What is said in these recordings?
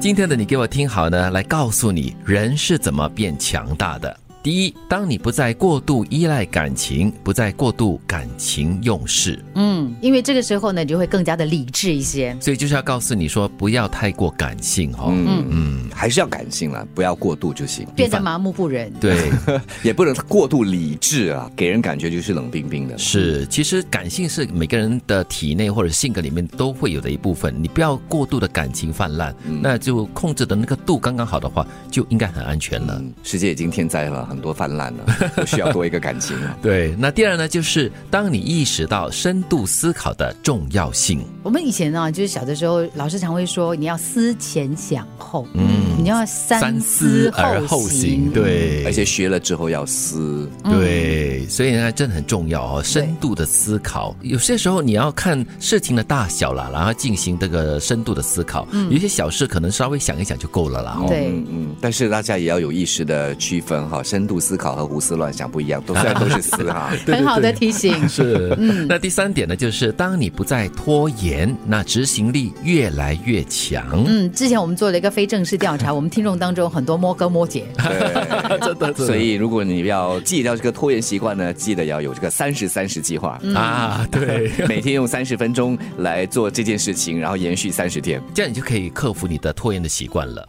今天的你给我听好呢，来告诉你人是怎么变强大的。第一，当你不再过度依赖感情，不再过度感情用事，嗯，因为这个时候呢，你就会更加的理智一些。所以就是要告诉你说，不要太过感性哦。嗯嗯，还是要感性了，不要过度就行，变得麻木不仁。对， 也不能过度理智啊，给人感觉就是冷冰冰的。是，其实感性是每个人的体内或者性格里面都会有的一部分，你不要过度的感情泛滥，那就控制的那个度刚刚好的话，就应该很安全了。嗯，世界已经天灾了，很多泛 滥了，不需要多一个感情了。对，那第二呢，就是当你意识到深度思考的重要性，我们以前呢、就是小的时候，老师常会说，你要思前想后，嗯，你要三思而后后行，行。嗯对，而且学了之后要思，对，所以呢，真的很重要哦，深度的思考。有些时候你要看事情的大小啦，然后进行这个深度的思考。嗯有些小事可能稍微想一想就够了啦。哦，对，嗯嗯，但是大家也要有意识的区分哈，深度思考和胡思乱想不 一样，都虽然都是思哈。很好的嗯提醒。 是。那第三点呢，就是当你不再拖延，那执行力越来越强。嗯，之前我们做了一个非正式调查，我们听众当中很多摸哥摸姐，对， 真的所以如果你要戒掉这个拖延习惯呢，记得要有这个三十三十计划。嗯啊，对， 每天用三十分钟来做这件事情，然后延续三十天。这样你就可以克服你的拖延的习惯了。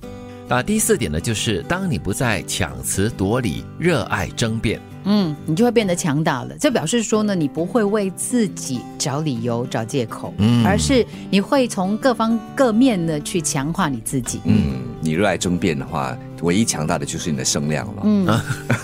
啊，第四点呢，就是当你不再强词夺理，热爱争辩。嗯，你就会变得强大了。这表示说呢，你不会为自己找理由、找借口，嗯而是你会从各方各面呢去强化你自己。嗯，你热爱争辩的话，唯一强大的就是你的声量了。嗯，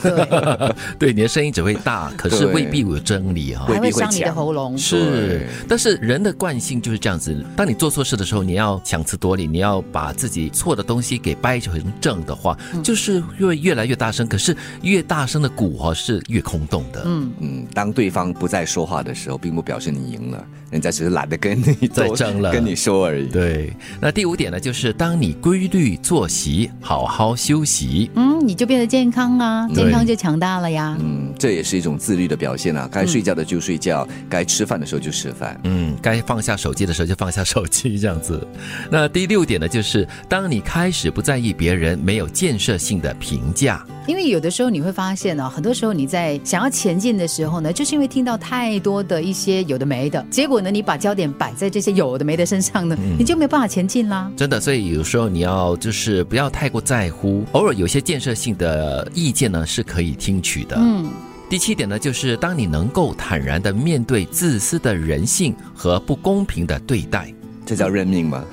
对， 对，你的声音只会大，可是对未必有真理哈、未还必会会伤你的强喉咙。是对，但是人的惯性就是这样子。当你做错事的时候，你要强词夺理，你要把自己错的东西给掰成正的话，就是越越来越大声。可是越大声的鼓哈是越空洞的。嗯，嗯，当对方不再说话的时候，并不表示你赢了，人家只是懒得跟你 再斗争了跟你说而已。对。那第五点呢，就是当你规律作息，好好休息。嗯，你就变得健康啊，对健康就强大了呀。嗯，这也是一种自律的表现啊。该睡觉的就睡觉，该吃饭的时候就吃饭。嗯，该放下手机的时候就放下手机，这样子。 那第六点呢，就是当你开始不在意别人没有建设性的评价。因为有的时候你会发现哦呢、很多时候你在想要前进的时候呢，就是因为听到太多的一些有的没的，结果呢，你把焦点摆在这些有的没的身上呢，嗯你就没有办法前 进啦。真的，所以有时候你要就是不要太过在乎，偶尔有些建设性的意见呢是可以听取的。嗯，第七点呢，就是当你能够坦然的面对自私的人性和不公平的对待，这叫认命吗？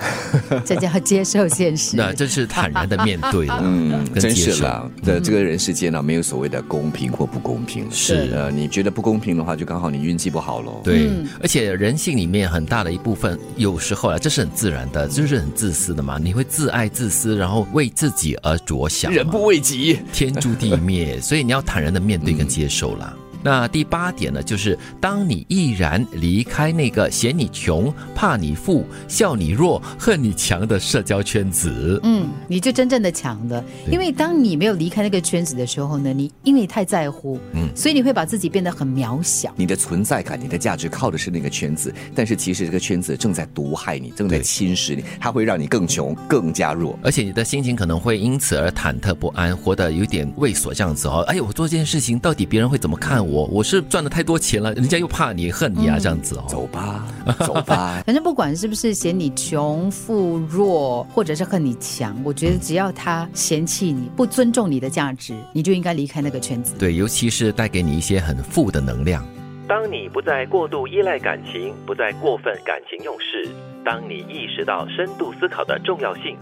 这叫接受现实。那真是坦然的面对了。 嗯，跟真接是受嗯啦。这这个人世间呢，没有所谓的公平或不公平。是呃，你觉得不公平的话，就刚好你运气不好喽。对，嗯而且人性里面很大的一部分，有时候啊，这是很自然的，就是很自私的嘛。你会自爱自私，然后为自己而着想嘛，人不为己。天诛地灭， 所以你要坦然的面对跟接受啦。那第八点呢，就是当你毅然离开那个嫌你穷、怕你富、笑你弱、恨你强的社交圈子，嗯，你就真正的强了，对因为当你没有离开那个圈子的时候呢，你因为太在乎，嗯，所以你会把自己变得很渺小。。你的存在感、你的价值靠的是那个圈子，但是其实这个圈子正在毒害你，正在对侵蚀你，它会让你更穷、更加弱。而且你的心情可能会因此而忐忑不安，活得有点畏缩这样子哦。哎呦，我做这件事情到底别人会怎么看我？我是赚了太多钱了，人家又怕你、恨你啊，这样子哦。 走吧，走吧反正不管是不是嫌你穷、富、弱，或者是恨你强，我觉得只要他嫌弃你、不尊重你的价值，你就应该离开那个圈子。对，尤其是带给你一些很负的能量。当你不再过度依赖感情，不再过分感情用事，当你意识到深度思考的重要性，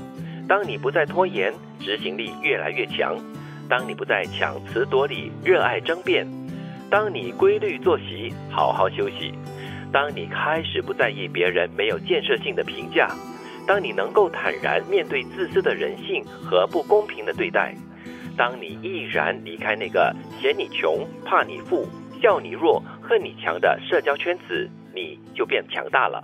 当你不再拖延，执行力越来越强；当你不再强词夺理，热爱争辩；当你规律作息，好好休息；当你开始不在意别人没有建设性的评价；当你能够坦然面对自私的人性和不公平的对待。当你毅然离开那个嫌你穷、怕你富、笑你弱、恨你强的社交圈子，你就变强大了。